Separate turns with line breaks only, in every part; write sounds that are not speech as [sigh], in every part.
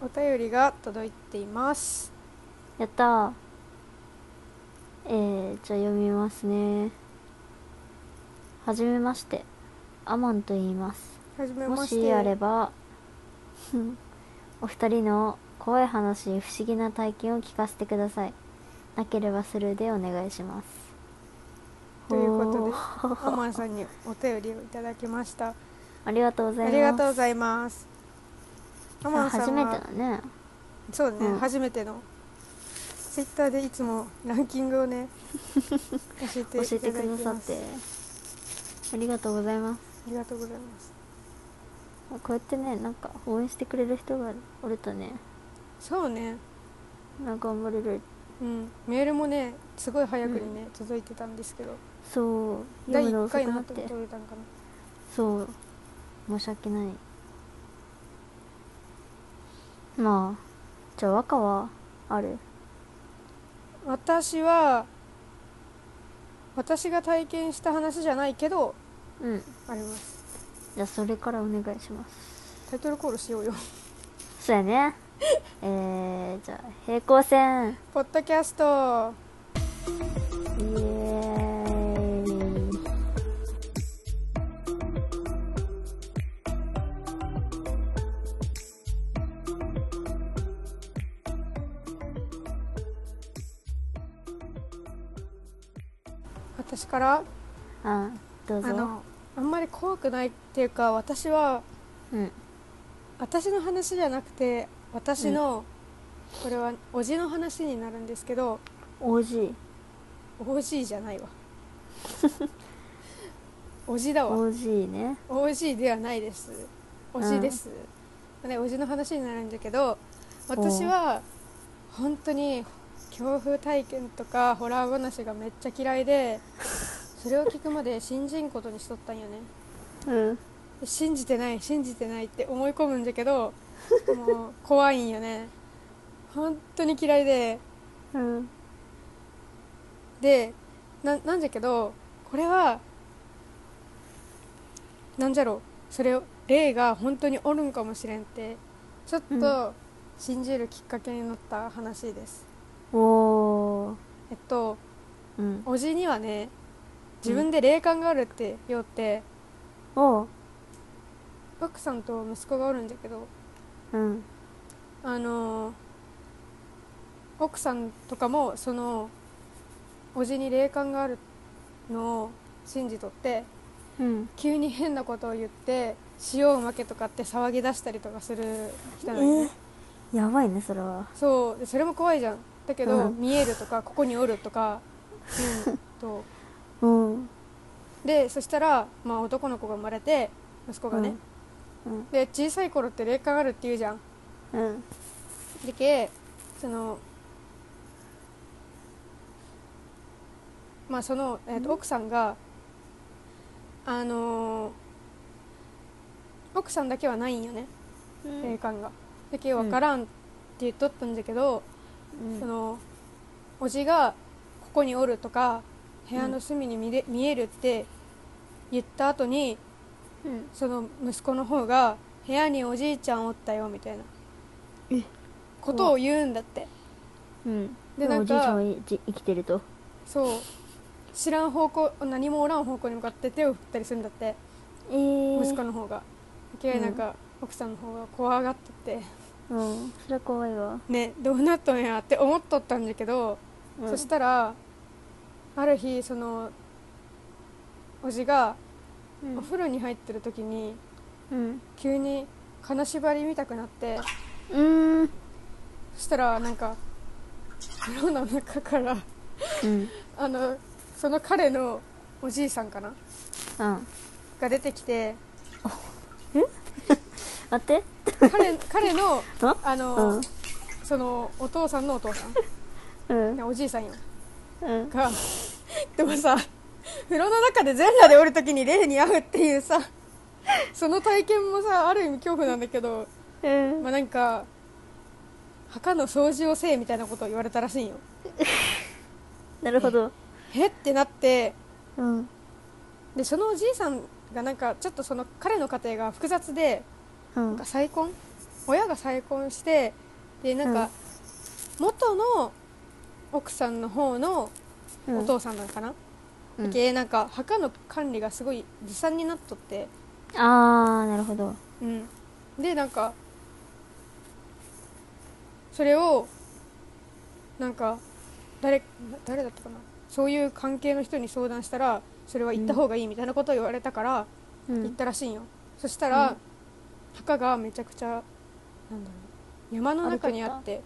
お便りが届いています
やったーえー、じゃあ読みますねはじめましてアマンと言います
はじめ
も
まして
しあればお二人の怖い話不思議な体験を聞かせてくださいなければスルーでお願いします
ということ
ほ
で
ー
アマンさんにお便りをいただきました
ありがとうござい
あ
ます
りがとうございますアマンさ
初
ん
め
は
てだね
そうね、
うん
初めてのツイッターでいつもランキング
[laughs]
をね教えて
教え
い
て
ただい
くだ
て
さ
ま
っ
す
てありがとうございます
ありがとうございます
こうやってねなんか応援してくれる人がおるとね
そうね
なんか頑張れる
うんメールもねすごい早くにね、届いてたんですけど
そう
第
読むの
1
遅
回
く
の
なっ
後
て
に届いたのかな
そう申し訳ないまあじゃあ和歌はある
私は私が体験した話じゃないけど
うん
あります
じゃあそれからお願いします
タイトルコールしようよ
そうやね [laughs] えー、じゃあ平行線
ポッドキャスト
イエーイ
私から
あどう
あ
ぞ
のあんまり怖くないっていうか私は
うん
私の話じゃなくて私の、これはおじの話になるんですけど
OG
おじじゃないわ
[laughs]
おじだわ
OG ね
おじではないですおじです、ね、おじの話になるんだけど私は本当に恐怖体験とかホラー話がめっちゃ嫌いでそれを聞くまで信じんことにしとったんよね
うん
信じてない信じてないって思い込むんだけどもう怖いんよね本当に嫌いで
うん
でななんじゃけどこれはなんじゃろうそれを霊が本当におるんかもしれんってちょっと信じるきっかけになった話です、
おー
えっと
うん
おじにはね自分で霊感があるって言おって、
おう
奥さんと息子がおるんだけど
うん
あのー奥さんとかもそのおじに霊感があるのを信じとって
うん
急に変なことを言って塩をまけとかって騒ぎ出したりとかする人なのよね
やばいねそれは
そうでそれも怖いじゃんだけど、
うん
見えるとかここにおるとか、うん、と
うん
でそしたら、まあ、男の子が生まれて息子がね、
うん
で小さい頃って霊感あるって言うじゃん
うん
でけそのまあその、えーと奥さんがあのー奥さんだけはないんよね霊感が。だけ分からんって言っとったんだけど、そのおじがここにおるとか部屋の隅に見れ、見えるって言った後に
うん
その息子の方が部屋におじいちゃんおったよみたいな
え
ことを言うんだって
うんで
でなんか
もおじいちゃんはいじ生きてると
そう知らん方向何もおらん方向に向かって手を振ったりするんだって
えー
息子の方がけ
うん
なんか、奥さんの方が怖がってて
うんそれは怖いわ
ねどうなっとんやって思っとったんだけど、そしたらある日そのおじが
う
お
ん
風呂に入ってる時に
うん
急に金縛り見たくなって
うん
そしたらなんか風呂の中から
うん
あのその彼のおじいさんかな
うん
が出てきて
待って [laughs]
彼彼の
あ
あの、
うん
そのお父さんのお父さん、
うん
ねおじいさんよ
うん
がでもさ風呂の中で全裸でおるときに霊に会うっていうさその体験もさある意味恐怖なんだけど
うん
まあなんか墓の掃除をせえみたいなことを言われたらしいんよ
なるほど
えってなって
うん
でそのおじいさんがなんかちょっとその彼の家庭が複雑で
う
なん
ん
か再婚親が再婚してでなん
うん
か元の奥さんの方のお父さんなのか
う
な、
ん
だけなんか墓の管理がすごいずさんになっとって、
ああなるほど
うん、でなんかそれをなんか誰誰だったかなそういう関係の人に相談したらそれは行った方がいいみたいなことを言われたから、
う
行っ
ん
たらしいんよ、そしたら、
うん
墓がめちゃくちゃなんだろう山の中にあって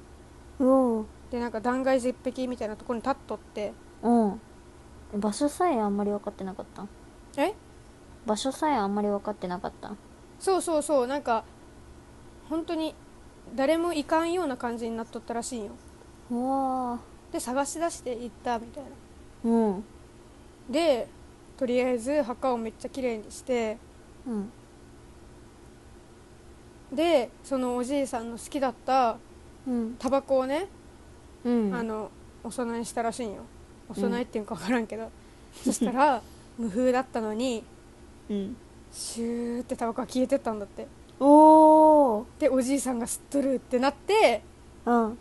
うお
でなんか断崖絶壁みたいなところに立っとって
ーうん場所さえあんまり分かってなかった
え
場所さえあんまり分かってなかった
そうそうそうなんか本当に誰も行かんような感じになっとったらしいんよ
うわ
で探し出して行ったみたいな
ーうん
でとりあえず墓をめっちゃ綺麗にして
うん
でそのおじいさんの好きだった
うん
タバコをね、
うん
あのお供えしたらしいんよお供えっていうんか分からんけど、そした [laughs] ら無風だったのに
うん
シューってタバコが消えてったんだって
おお
でおじいさんが吸っとるってなって
うん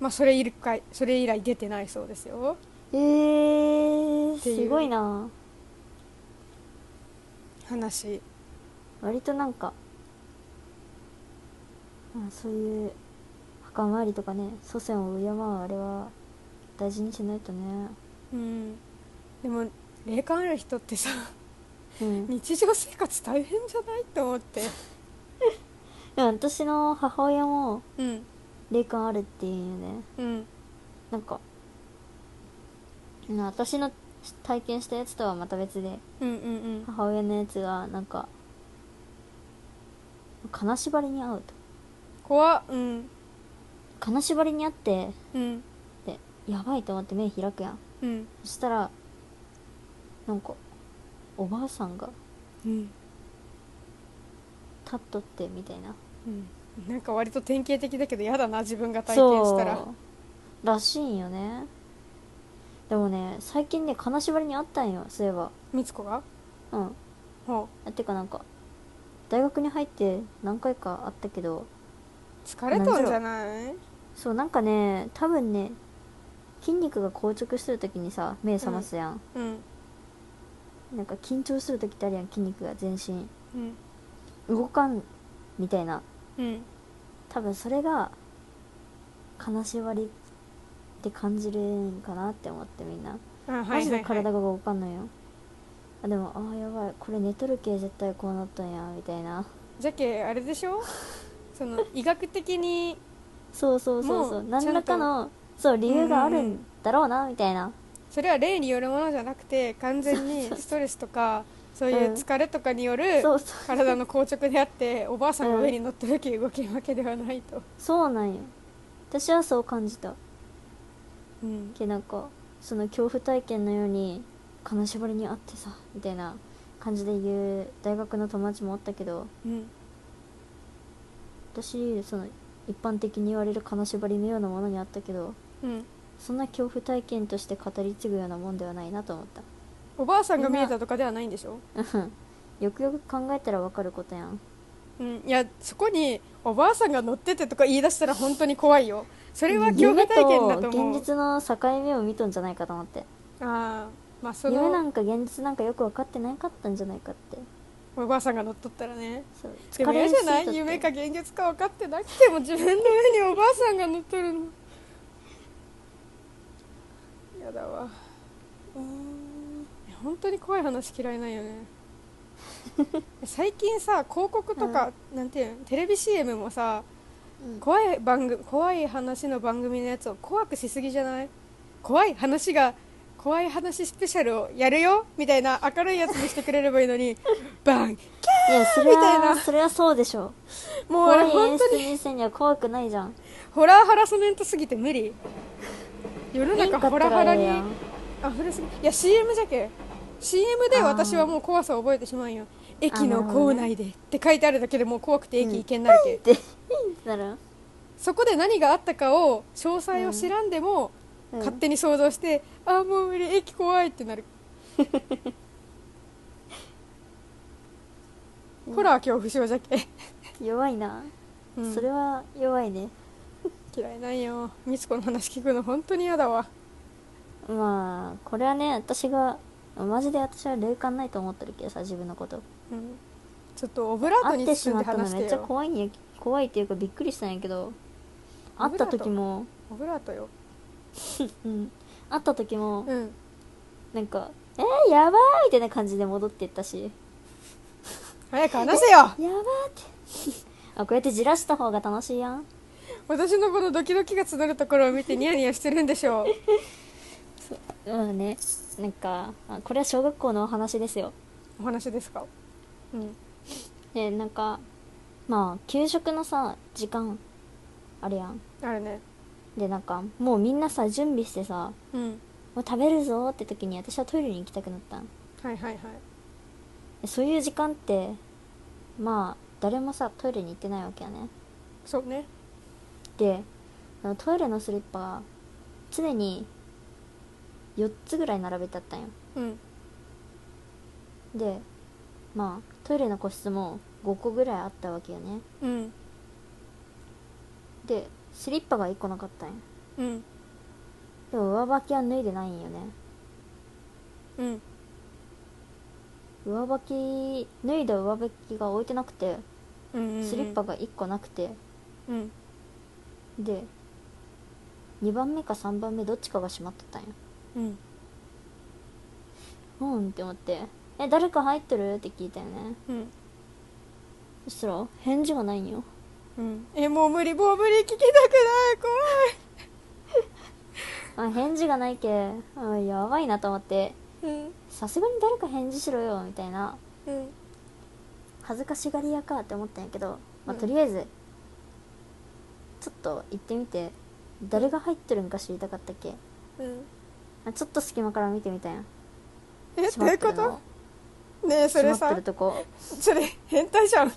まあそれ以来それ以来出てないそうですよ
えー、
っていう
すごいな
話
割となんか、まあ、そういう墓参りとかね祖先を敬うあれは大事にしないとね
うんでも霊感ある人ってさ [laughs]
うん
日常生活大変じゃないと思って
でも私の母親も
うん
霊感あるっていうよね
うん
なんかうん私の体験したやつとはまた別で
うんうん
母親のやつがなんか金縛りに遭うと
怖っうん
金縛りに遭って
うん
でやばいと思って目開くやん
うん
そしたらなんかおばあさんが
うん
立っとってみたいな
うんなんか割と典型的だけど嫌だな自分が体験したら
そうらしいんよねでもね最近ね金縛りにあったんよそういえば
みつこが
うん
ほ
あてかなんか大学に入って何回かあったけど
う疲れとんじゃない
そうなんかね多分ね筋肉が硬直してる時にさ目覚ますやん、
うん
なんか緊張する時ってあるやん筋肉が全身
うん
動かんみたいな
うん
多分それが金縛りって感じるんかなって思ってみんな
あはいは
マ
い
ジ
は
で
い
体が動かんのよ、あでもあーやばいこれ寝とる系絶対こうなったんやみたいな
じゃけあれでしょその医学的に
そうそうそうそう
もう
何らかのそう理由がある
うんうんうん
んだろうなみたいな
それは例によるものじゃなくて完全にストレスとかそういう疲れとかによる
そうそう
体の硬直であっておばあさんが上に乗ってる時動けるわけではないと、
そうなんよ私はそう感じた
うん、
けなんかその恐怖体験のように金縛りにあってさみたいな感じで言う大学の友達もおったけど
うん
私その一般的に言われる金縛りのようなものにあったけど
うん
そんな恐怖体験として語り継ぐようなもんではないなと思った
おばあさんが見えたとかではないんでしょ
うんよくよく考えたらわかることやん
うん、いやそこにおばあさんが乗っててとか言い出したら本当に怖いよそれは恐怖体験だと
夢と
思う
現実の境目を見とんじゃないかと思って
ああまあそ
夢な
の
んか現実なんかよく分かってなかったんじゃないかって
おばあさんが乗っとったらね
そう
でも嫌じゃな
しとっ
い
て
夢か現実か分かってなくても自分の上におばあさんが乗っとるのやだわ本当に怖い話嫌いなん [laughs] よね最近さ広告とか、なんていうのテレビ CM もさ
うん
怖い番組怖い話の番組のやつを怖くしすぎじゃない怖い話が怖い話スペシャルをやるよみたいな明るいやつにしてくれればいいの [laughs] にバン
いやそれ
みたい
は
な
それはそうでしょ
もうあ
怖
れ
い
本
演
当
出
に
にせには怖くないじゃん
ホラーハラスメントすぎて無理世の
いい
中
か
ホ
っ
ラ
た
ハ
ら
ラ
え
に
えやん
溢れすぎいや CM じゃけ CM で
あー
私はもう怖さを覚えてしまうんよ駅
な
の
るほど
構
ね
内でって書いてあるだけでもう怖くて
うん
駅行けんなる
で
け、
いいんだろ
そこで何があったかを詳細を知らんでも、
うん
勝手に想像してあーもう無理駅怖いっ
[laughs]
てなるホラー恐怖症じゃけ
弱いな、
うん
それは弱いね
嫌いなんよみつこの話聞くの本当に嫌だわ
まあこれはね私がマジで私は霊感ないと思ってるけどさ自分のこと
うんちょっとオブラート
会っ
に
てし
包ん
ま
で
ったの
話し
め
て
っちゃ
よ
怖いんや怖いっていうかびっくりしたんやけど会った時も、
オブラートよ
うん、会った時も
うん
なんか「えー、やばい!」みたいな感じで戻ってったし
早く話せ
「
よ
やば!」ってあこうやって [laughs] じらした方が楽しいやん
私のこのドキドキが募るところを見てニヤニヤしてるんでしょう
うんねなんかあこれは小学校のお話ですよ
お話ですかうん
でなんかまあ給食のさ時間あるやん
あるね
でなんかもうみんなさ準備してさ
うん
もう食べるぞって時に私はトイレに行きたくなったん
はいはいはい
でそういう時間ってまあ誰もさトイレに行ってないわけやね
そうね
であのトイレのスリッパが常に4つぐらい並べてあったんよ
うん
でまあトイレの個室も5個ぐらいあったわけよね
うん
でスリッパが1個なかったんよ
うん
でも上履きは脱いでないんよね
うん
上履き脱いだ上履きが置いてなくて
うんうんうん
スリッパが1個なくて、
うん
で2番目か3番目どっちかが閉まってたんよ
うん
うんって思って「え誰か入ってる?」って聞いたよね
うん
そしたら返事がないんよ
うんえもう無理もう無理聞きたくない怖い
あ返事がないけあやばいなと思って
うん
さすがに誰か返事しろよみたいな
うん
恥ずかしがり屋かって思ったんやけど、まあ、
うん
とりあえずちょっと行ってみて誰が入ってるんか知りたかったっけ
うん
あちょっと隙間から見てみたんよ
え
閉
どう
ま
い
っ
う
て
こ
るの
とねえそ
閉ま
れ
って
さ
るとこ
それ変態じゃん
うん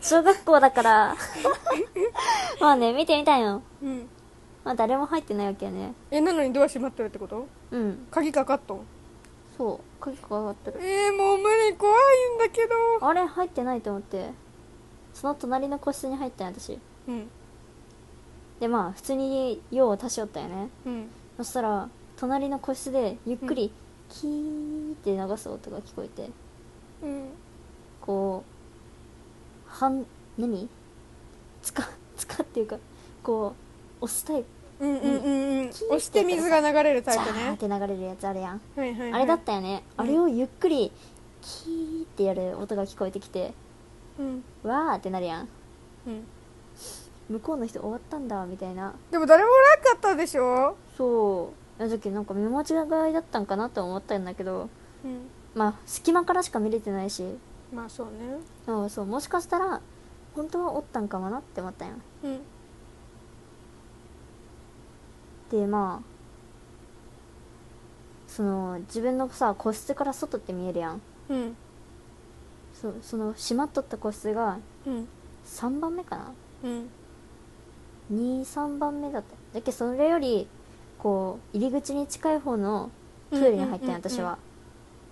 小学校だからまあね見てみたんよ
うん
まあ誰も入ってないわけよね
えなのにドア閉まってるってこと
うん
鍵かかっとん
そう鍵かかってる
えー、もう無理怖いんだけど
あれ入ってないと思ってその隣の個室に入ったんよ私
うん
でまあ普通に用を足しよったよね
うん
そしたら隣の個室でゆっくりキーって流す音が聞こえて
うん
こう半何つかつかっていうかこう押すタイプ
うんうんうんうん
キーッてやったらさ
押して水が流れるタ
ジ
イ
ャ
プ
ーっ
ね
て流れるやつあるやん
はいはい、はい、
あれだったよね、
うん
あれをゆっくりキーってやる音が聞こえてきて
うん
わーってなるやん
うん
向こうの人終わったんだみたいな
でも誰もおらんかったでしょ
そうあの時なんか見間違いだったんかなと思ったんだけど
うん
まあ隙間からしか見れてないし
まあそうね
ああそうもしかしたら本当はおったんかもなって思ったんよ
うん
でまあその自分のさ個室から外って見えるやん
うん
そその閉まっとった個室が
うん
3番目かな
うん
23番目だっただけどそれよりこう入り口に近い方のトイレに入ったんよ
うんうんうんうん
私は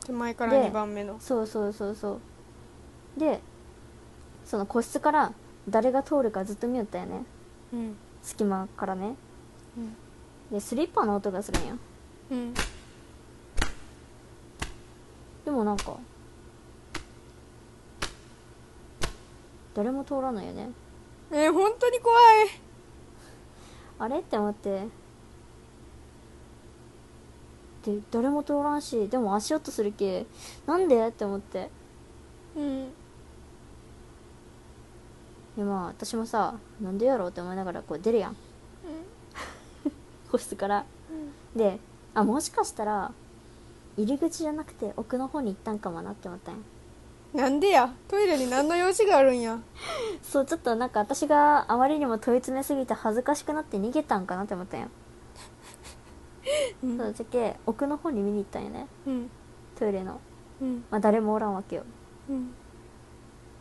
手前から
で
2番目の
そうそうそうそうでその個室から誰が通るかずっと見よったよね
うん
隙間からね
うん
でスリッパの音がするんよ
うん
でもなんか誰も通らないよね
えー、本当に怖い
あれって思ってで誰も通らんしでも足音するけなんでって思って
うん
でまあ私もさなんでやろうって思いながらこう出るやん [laughs] 個室からであもしかしたら入り口じゃなくて奥の方に行ったんかもなって思ったんよ
なんでやトイレに何の用事があるんや
そうちょっとなんか私があまりにも問い詰めすぎて恥ずかしくなって逃げたんかなって思ったんよ、
う
そうんじゃけ奥の方に見に行ったんよね
うん
トイレの
うん
まあ誰もおらんわけよ
うん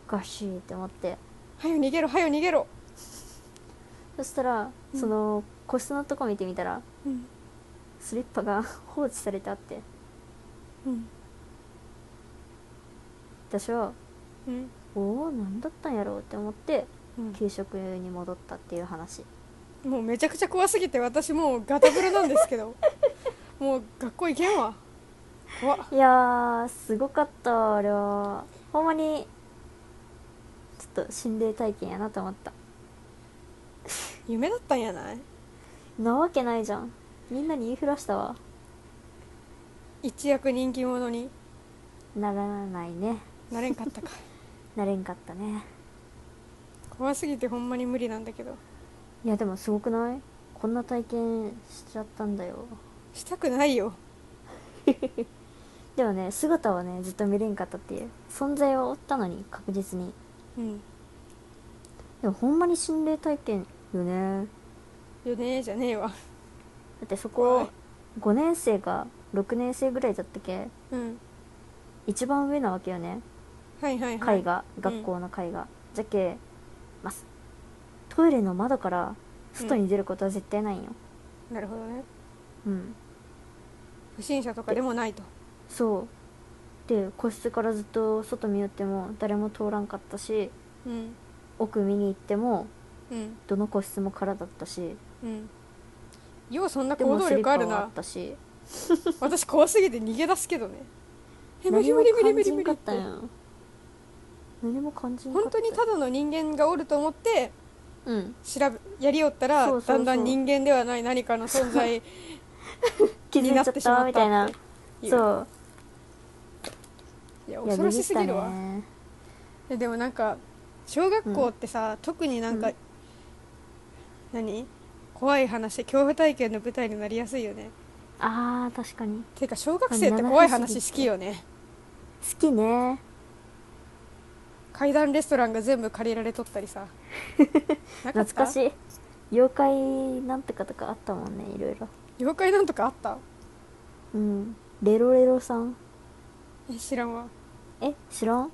おかしいって思って
はよ逃げろはよ逃げろ
そしたら、
うん
その個室のとこ見てみたら
うん
スリッパが [laughs] 放置されてあって
うん
私は
うん
おお何だったんやろうって思って
うん
給食に戻ったっていう話
もうめちゃくちゃ怖すぎて私もうガタブルなんですけ
[laughs]
どもう学校行けんわ怖っ
いやーすごかったあれはほんまにちょっと心霊体験やなと思った
夢だったんやない
なわけないじゃんみんなに言いふらしたわ
一躍人気者に
ならないね
なれんかったか
なれんかったね
怖すぎてほんまに無理なんだけど
いやでもすごくないこんな体験しちゃったんだよ
したくないよ
でもね姿はねずっと見れんかったっていう存在はおったのに確実に
うん
でもほんまに心霊体験よね
よねーじゃねえわ
だってそ
怖
こ
い
5年生か6年生ぐらいだったけ
うん
一番上なわけよね
はいはいはい
階が、学校の階が、じゃけますトイレの窓から外に出ることは絶対ないんよ
なるほどね
うん、
不審者とかでもないと
そうで個室からずっと外見よっても誰も通らんかったし
うん
奥見に行っても
うん
どの個室も空だったし
うんようそんな
で
行
も
動
スリッ
力
パ
ある
はあ
な
ったし
私怖すぎて逃げ出すけどねえ無
何
理
も
無理無理
感
無理
じん
無
か
理
っ
ったて
んよ何も感じんかった
本当にただの人間がおると思って
うん
調べやりよったら
そうそうそう
だんだん人間ではない何かの存
[laughs]
在
気づいちゃったみたいな
いう
そう
いや
いや
恐ろしすぎる
ビ
わ
ビったね
えでもなんか小学校ってさ、特になんか、
うん
何怖い話恐怖体験の舞台になりやすいよね
あー確かに
てか小学生って怖い話好きよね
好きね
階段レストランが全部借りられとったりさな
[laughs] 懐かし
い
い妖怪なんとかとかあったもんねいろいろ
妖怪なんとかあった
うんレロレロさん
え知らんわ
え知らん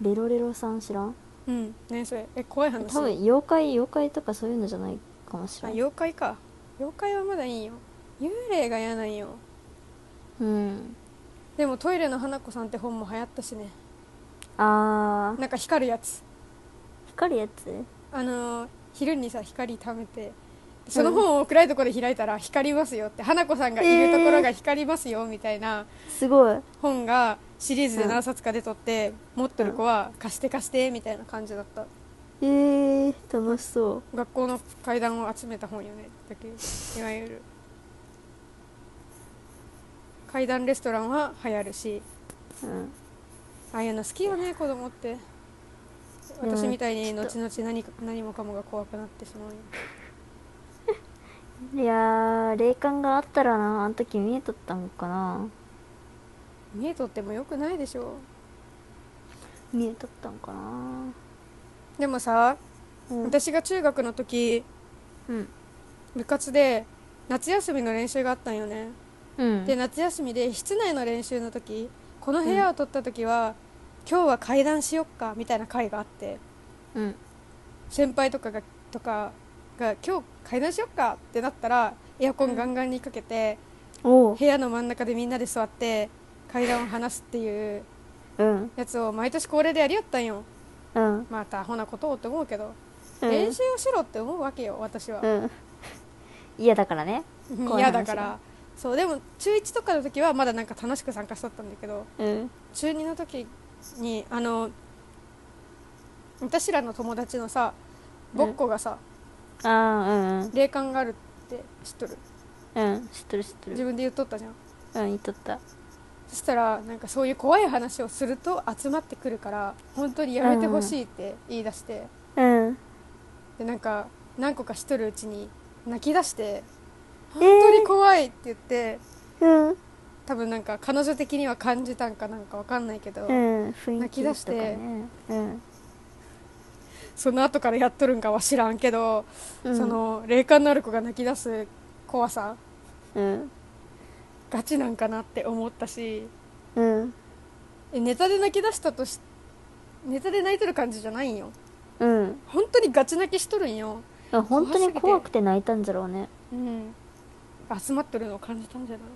レロレロさん知らん
うんねそれえ怖い話
多分妖怪妖怪とかそういうのじゃないかもし
あ
れない
妖怪か妖怪はまだいいよ幽霊が嫌なんよ
うん
でも「トイレの花子さん」って本も流行ったしね
あー
なんか光るやつ
光るやつ
あのー昼にさ光貯めてその本を暗いところで開いたら光りますよって、花子さんがいるところが光りますよみたいな
すごい
本がシリーズで何冊か出とって、持ってる子は貸して貸してみたいな感じだった
えー、楽しそう
学校の階段を集めた本よねだけいわゆる階段レストランは流行るし
うん
ああいうの好きよね子供って
でも
私みたい
ち
に
ょっ
後
と
々何か何もかもが怖くなってしまうよ
いやー霊感があったらなあの時見えとったんかな
見えとってもよくないでしょ
見えとったんかな
でも
う
さ、
ん
私が中学の時
うん
部活で夏休みの練習があったんよね、
うん
で夏休みで室内の練習の時この部屋を取った時は、今日は階段しよっかみたいな会があって
うん
先輩とかがとかが今日階段しよっかってなったらエアコンガンガンにかけて、
おう
部屋の真ん中でみんなで座って階段を離すっていう
うん
やつを毎年恒例でやりよったんよ
うん
またアホなことをって思うけど、
うん
練習をしろって思うわけよ私は、
うん嫌だからね怖い話
嫌だからそうでも中1とかの時はまだなんか楽しく参加しとったんだけど
うん
中2の時にあの私らの友達のさぼっこがさ、
ああうん
霊感があるって知っとる
うんうん知っとる知っと
自
る
分で言っとったじゃん
うん言っとった
そしたらなんかそういう怖い話をすると集まってくるから本当にやめてほしいって言い出して、
うん
でなんか何個かしとるうちに泣き出して
え
本当に怖いって言って、
うん
多分なんか彼女的には感じたんかなんかわかんないけど、
うん雰囲
泣
気
き
と
出し
か
て
ねうん
その後からやっとるんかは知らんけど、
うん
その霊感のある子が泣き出す怖さ
うん
ガチなんかなって思ったし
うん
えネタで泣き出したとしネタで泣いてる感じじゃないんよ
うん
本当にガチ泣きしとるんよ、
あ本当に怖くて泣いたんじゃろうね
うん、集まってるのを感じたんじゃない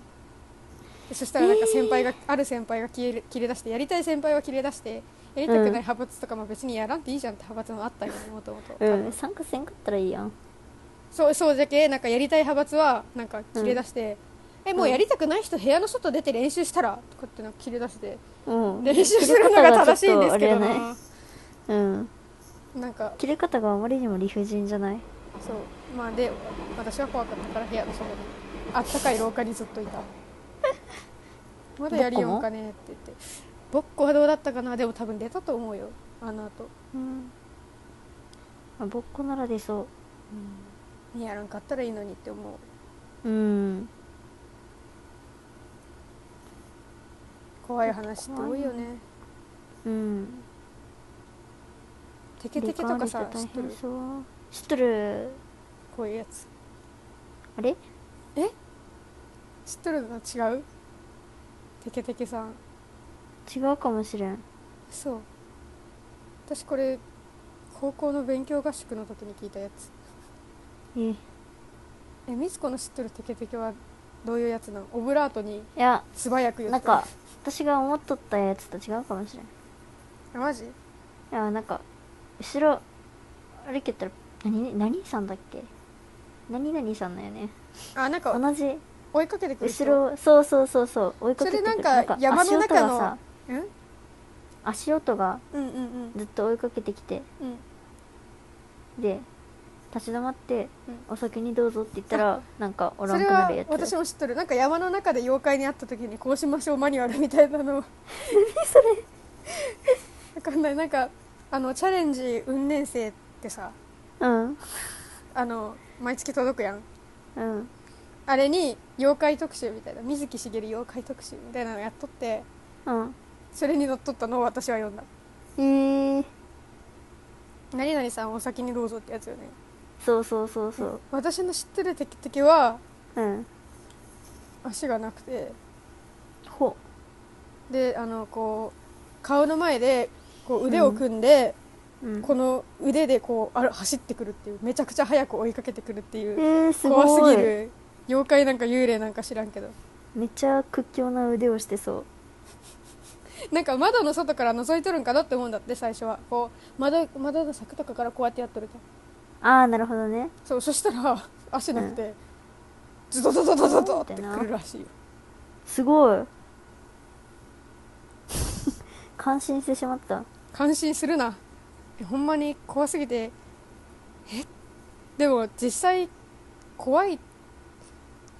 でそしたらなんか先輩が、ある先輩が切れ切れ出してやりたい先輩は切れ出してやりたくない派閥とかも別にやらんっていいじゃんって派閥もあったよねもともと
うん参加せんかったらいいやん
そうそうじゃけなんかやりたい派閥はなんか切れ出して、えもうやりたくない人部屋の外出て練習したらとかってなんか切れ出して
うん
練習するのが正しいんですけ
切れ方
ど
が
な
ちょっとあれやねうん
なんか
切れ方があまりにも理不尽じゃない
そうまあで私は怖かったから部屋の外にあったかい廊下にずっとい
[laughs]
たまだやりようかねって言ってぼっこはどうだったかなでも多分出たと思うよあの後
うんあぼっこなら出そ
やらんかったらいいのにって思う
ううん
怖い話って多いよね
うん
テケテケとかさ
理科あ
知
る
っ
人大
と
変
る
そう知っとる
こういうやつ
あれ
知っとるの違うテケテケさん
違うかもしれん
そう私これ高校の勉強合宿の時に聞いたやつ
えい
えみつこの知っとるテケテケはどういうやつなのオブラートに
や
素早く言っとる
なんか私が思っとったやつと違うかもしれんい
あマジ
やなんか後ろ歩けたら何何さんだっけ何々さんだよね
あなんか
同じ
追いかけてくる人
後ろそうそうそうそう追いかけてくる
それなんか山の中
足
の
音がさ
うん、うん
足音が
うんうん
ずっと追いかけてきて
うん
で立ち止まって、
う
お酒にどうぞって言ったらなんかおら
そ
ん
れ
くな
は
るやつ
私も知っとるなんか山の中で妖怪に会った時にこうしましょうマニュアルみたいなの
[laughs]
何それわかんないなんかあのチャレンジ運年生ってさ
うん
あの毎月届くやん
うん
あれに妖怪特集みたいな水木しげる妖怪特集みたいなのやっとって
うん
それにのっとったのを私は読んだ
えー、
何々さんお先にどうぞってやつよね
そうそうそうそう
私の知ってる敵敵は
うん
足がなくて
ほ
であのこう顔の前でこう腕を組んで、
う、うん、
この腕でこうある走ってくるっていうめちゃくちゃ速く追いかけてくるってい
え
う
ー、すごい
怖すぎる妖怪なんか幽霊なんか知らんけど
めっちゃ屈強な腕をしてそう
なんか窓の外から覗いとるんかなって思うんだって最初はこう窓窓の柵とかからこうやってやっとるじゃん
ああなるほどね
そうそしたら足なくて、ズドドドドドドってくるらしいよ
すごい [laughs] 感心してしまった
感心するなえほんまに怖すぎてえでも実際怖い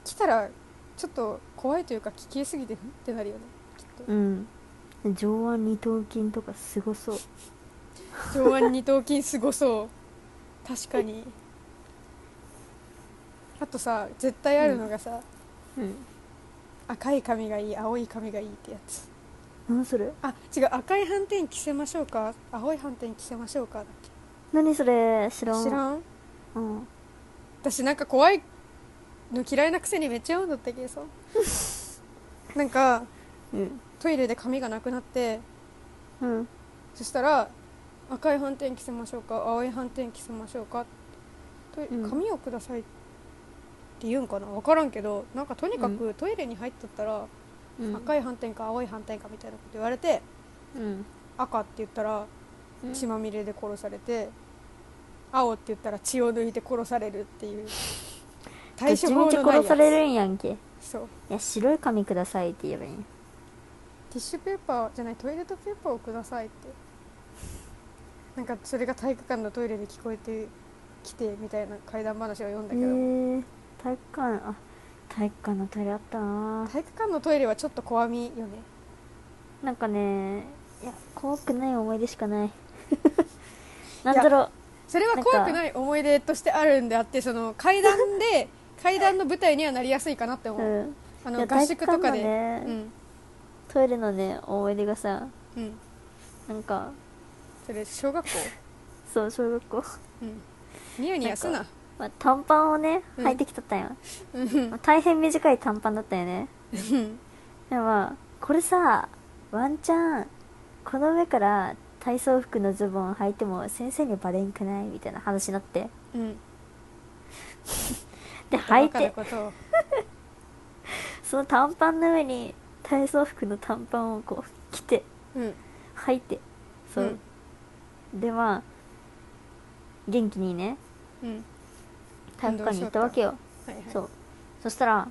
来たらちょっと怖いというか消えすぎてんってなるよねきっ
うん上腕二頭筋とかすごそう
と上腕二頭筋すごそう確かにあとさ絶対あるのがさ、
うん
赤い髪がいい青い髪がいいってやつ
何それ
あ違う赤い斑点着せましょうか青い斑点着せましょうかだっけ
何それ知らん
知らん
うん
私なんか怖いの嫌いなくせにめっちゃ読んだったけどさ
[laughs]
なんか
うん
トイレで髪がなくなって
うん
そしたら「赤い斑点着せましょうか青い斑点着せましょうか」トイ
うん
髪をください」って言うんかな分からんけどなんかとにかくトイレに入っとったら「赤い斑点か青い斑点か」みたいなこと言われて
うん
「赤」って言ったら
うん
血まみれで殺されて「青」って言ったら血を抜いて殺されるっ
[laughs]
ていう
どっ
対処
ち
法
みち
のないや
殺
つ
されるんやんけい
そう
や白い紙くださいって言えばいいんや
ティッシュペーパーじゃないトイレットペーパーをくださいってなんかそれが体育館のトイレで聞こえてきてみたいな怪談話を読んだ
え
けど、
ー、体育館あ体育館のトイレあったな
体育館のトイレはちょっと怖みよね
なんかねいや怖くない思い出しか
[laughs]
ないなんだろう
それは怖くない思い出としてあるんであってその階段で [laughs] 階段の舞台にはなりやすいかなって思う、
うん、
あ
い
の
や
合宿とかで、
体育館のねトイレのね思い出がさ
うんうん
なんか
それ小学校
そう小学校、 [laughs]
うんニヤニヤすな
なんまあ、短パンをね
うん
履いてきとったんよ、
うんうん
まあ、大変短い短パンだったよね
うん
でもまあこれさワンチャンこの上から体操服のズボン履いても先生にバレんくないみたいな話になって
うん
で履い
バカな
て
ことを
その短パンの上に体操服の短パンをこう着て
うん
履いてそう、でまあ元気にね
うん
体育館に行ったわけよ
はいはい
そうそしたら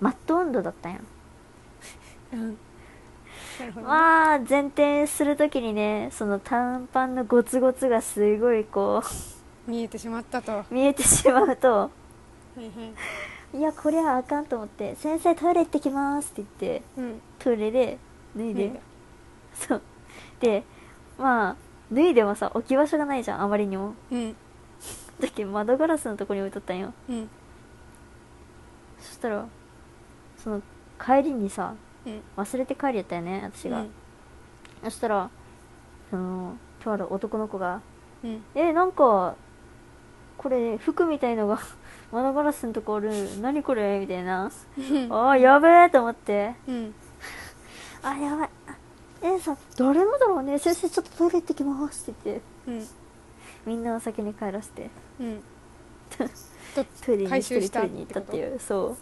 マット温度だったんや
うんなるほどね、
まあ前転するときにねその短パンのゴツゴツがすごいこ
見えてしまったとは
う [laughs] 見えてしまうと
いはい
いやこれはあかんと思って「先生トイレ行ってきます」って言って
うん
トイレで脱い
見え
で
た
そうでまあ脱いでもさ置き場所がないじゃんあまりにも
うん
だっけ窓ガラスのとこに置いとったんよ
うん
そしたらその帰りにさ
うん
忘れて帰りやったよね私が、
うん
そしたらそのとある男の子が
うん
えなんかこれ服みたいのが [laughs] 窓ガラスのとこある何これみたいな
うん
あーやべえと思って
うん
あーやばいあえさ誰のだろうね先生ちょっとトイレ行ってきますって言って
うん
みんなを先に帰らせて [laughs]
うんと
トイレに
回
一人
収
で
し
トイレ
た
に行ったっていうそ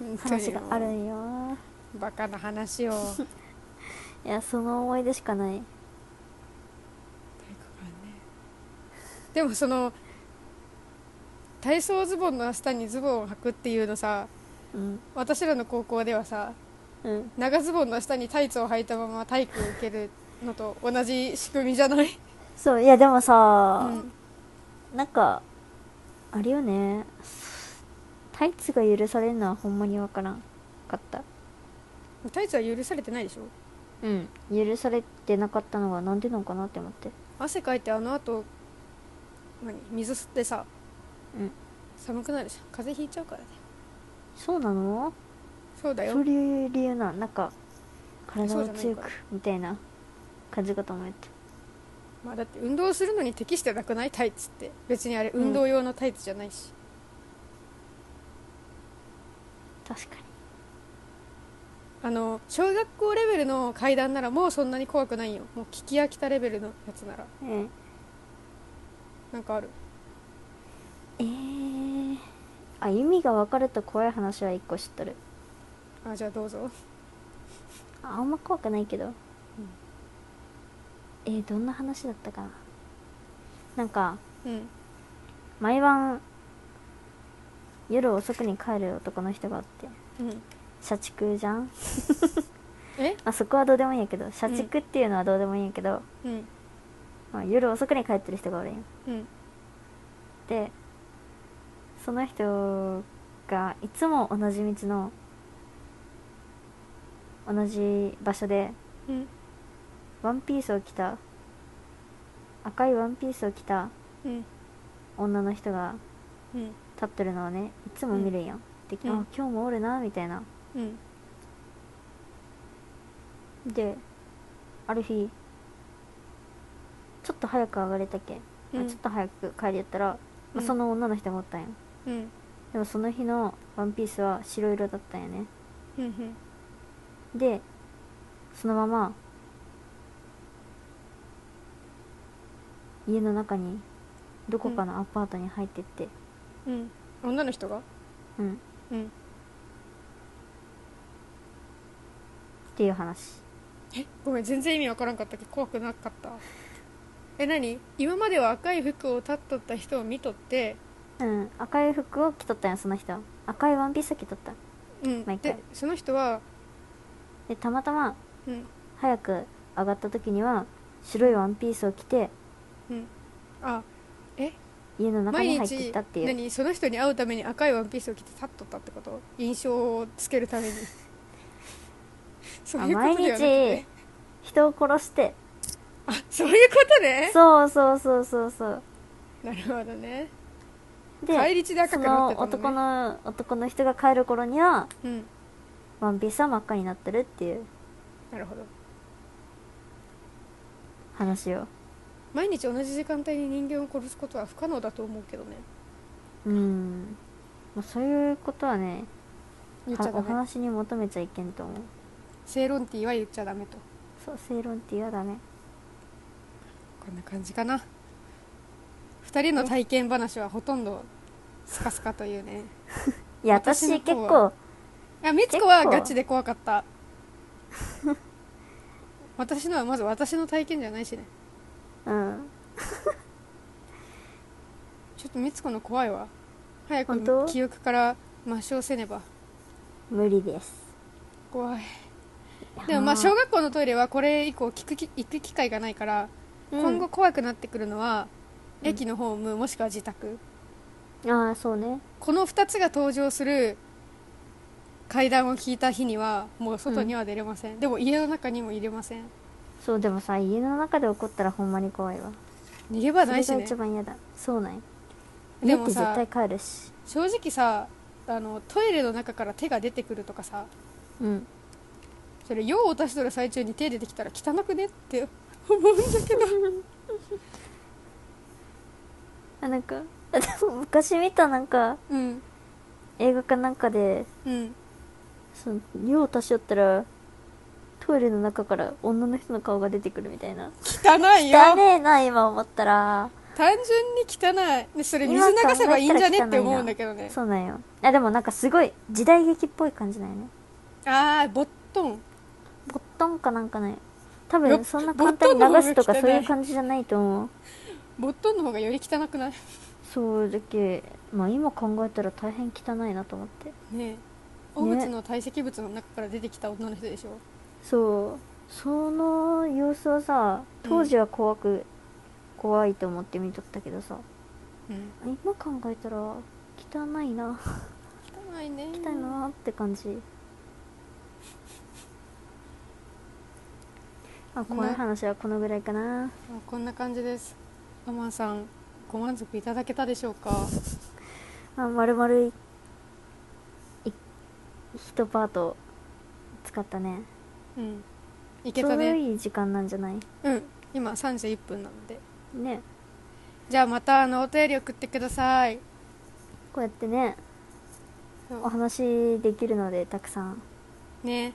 う
うん
話がある
トイレ
んよ
のバカな話を [laughs] 体育
いやその思い出しかない
館ねでもその体操ズボンの下にズボンを履くっていうのさ
うん
私らの高校ではさ
うん
長ズボンの下にタイツを履いたまま体育を受けるのと同じ仕組みじゃない、
そういやでも
う
さ、
ん、
なんかあれよねタイツが許されるのはほんまにわからんかった
タイツは許されてないでしょ
うん許されてなかったのはなんでなんかなって思って
汗かいてあの後何水吸ってさ
うん
寒くなるじゃん風邪ひいちゃうからね
そうなの
そうだ
そ
よ
ういう理由なんなんか体
そう
を
じゃない
強
か
くみたいな感じかと思って
まあだって運動するのに適してなくないタイツって別にあれ
うん
運動用のタイツじゃないし、
確かに
あの小学校レベルの階段ならもうそんなに怖くないよもう聞き飽きたレベルのやつなら
うん
なんかある
えー、あ意味が分かると怖い話は一個知っとる
あじゃあどうぞ
ああんま怖くないけど、えー、どんな話だったかななんか
うん
毎晩夜遅くに帰る男の人があって
うん
社畜じゃん
え
あそこはどうでもいいんやけど社畜っていうのはどうでもいいんやけど、
うん
まあ、夜遅くに帰ってる人がおるんよ
うん
でその人がいつも同じ道の同じ場所で
うん
ワンピースを着た赤いワンピースを着た
うん
女の人が
うん
立ってるのをねいつも見るんや、で
うん
あ今日もおるなみたいな
うん
である日ちょっと早く上がれたけ、
う
まあ
ん
ちょっと早く帰りやったら、
う
まあ
ん
その女の人がおったんや
うん
でもその日のワンピースは白色だったんやね
うん
でそのまま家の中にどこかのアパートに入ってって
うん女の人が
うん、っ
うん
ていう話
えごめん全然意味わからんかったけど怖くなかったえ何今までは赤い服を立っとった人を見とって
うん赤い服を着とったんやその人赤いワンピースを着とった
うん
毎回
でその人は
でたまたま
うん
早く上がった時には白いワンピースを着て
うんあ
家の中に入
毎
ってい
日
ったっていう
何その人に会うために赤いワンピースを着て立っとったってこと印象をつけるために [laughs] そう
あ
いうこ
毎
とではなくて
日人を殺して
あそういうことね
そうそうそうそうそう
なるほどね
で
帰り血で赤
そ
くなっ
の
てたの、ね、
男の男の人が帰る頃には
うん
ワンピースは真っ赤になってるっていう
なるほど
話を
毎日同じ時間帯に人間を殺すことは不可能だと思うけどね
うん、まあ、そういうことはね
言っちゃ
はお
ダメ
話に求めちゃいけんと思う
正論ティーは言っちゃダメと
そう正論って嫌だね
こんな感じかな2人の体験話はほとんどスカスカという
[laughs]
ね
いや
私
私
の
結
方
構
あみつこはガチで怖かった私のはまず私の体験じゃないしね
うん
ちょっとみつこの怖いわ早
本当
く記憶から抹消せねば
無理です
怖いでもまあ
いやー
小学校のトイレはこれ以降聞くき行く機会がないから、
うん
今後怖くなってくるのは
うん
駅のホームもしくは自宅、
ああそうね
この2つが登場する階段を聞いた日にはもう外には出れません、でも家の中にも入れません
そうでもさ家の中で起こったらほんまに怖いわ
逃げ場
そ
な
れ
いし
が
ね
一番嫌だそうなんよ家
で
って
もさ
絶対帰るし
正直さあのトイレの中から手が出てくるとかさ
うん
それ用を足しとる最中に手出てきたら汚くねって思うんだけど
あなんか [laughs] 昔見たなんか
うん
映画かなんかで
うん
その用を足しよったらトイレの中から女の人の顔が出てくるみたいな
汚いよ
汚ねえな今思ったら
単純に汚いねそれ水
今考えたら
流せばいいんじゃねって
汚いな
思うんだけどね
そうなんよあでもなんかすごい時代劇っぽい感じなんよね
ああボットン
ボットンかなんかね多
よっ
分そんな簡単に流すとか
ボットンの方が汚い
そういう感じじゃないと思う
ボットンの方がより汚くない
そうだけまあ今考えたら大変汚いなと思って
ねえ汚物の堆積物の中から出てきた女の人でしょ
そうその様子はさ当時は怖く、怖いと思って見とったけどさ
うん
今考えたら汚いな
汚いね
汚いなって感じあ怖い話はこのぐらいかな
まあこんな感じですアマンさんご満足いただけたでしょうか
あ丸々いい一パート使ったね
うんい
ち
け
ょ
た
うど
ね
いい時間なんじゃない
うん今31分なので
ね
じゃあまたあのお便り送ってください
こうやってね
そう
お話できるのでたくさん
ね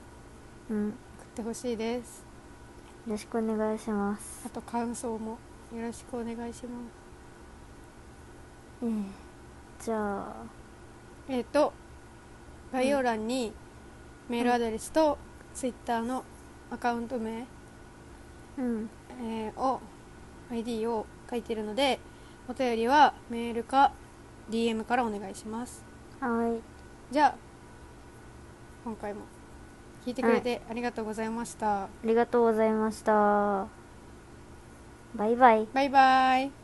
うんよ
送ってほしいです
ろしくお願いします
あと感想もよろしくお願いします
ええじゃあ
えっ、と概要欄にメールアドレスとツイッターのアカウント名、
うん
えーを ID を書いてるのでお便りはメールか DM からお願いします
はい
じゃあ今回も聞いてくれてありがとうございました、
ありがとうございましたバイバイ
バイバイ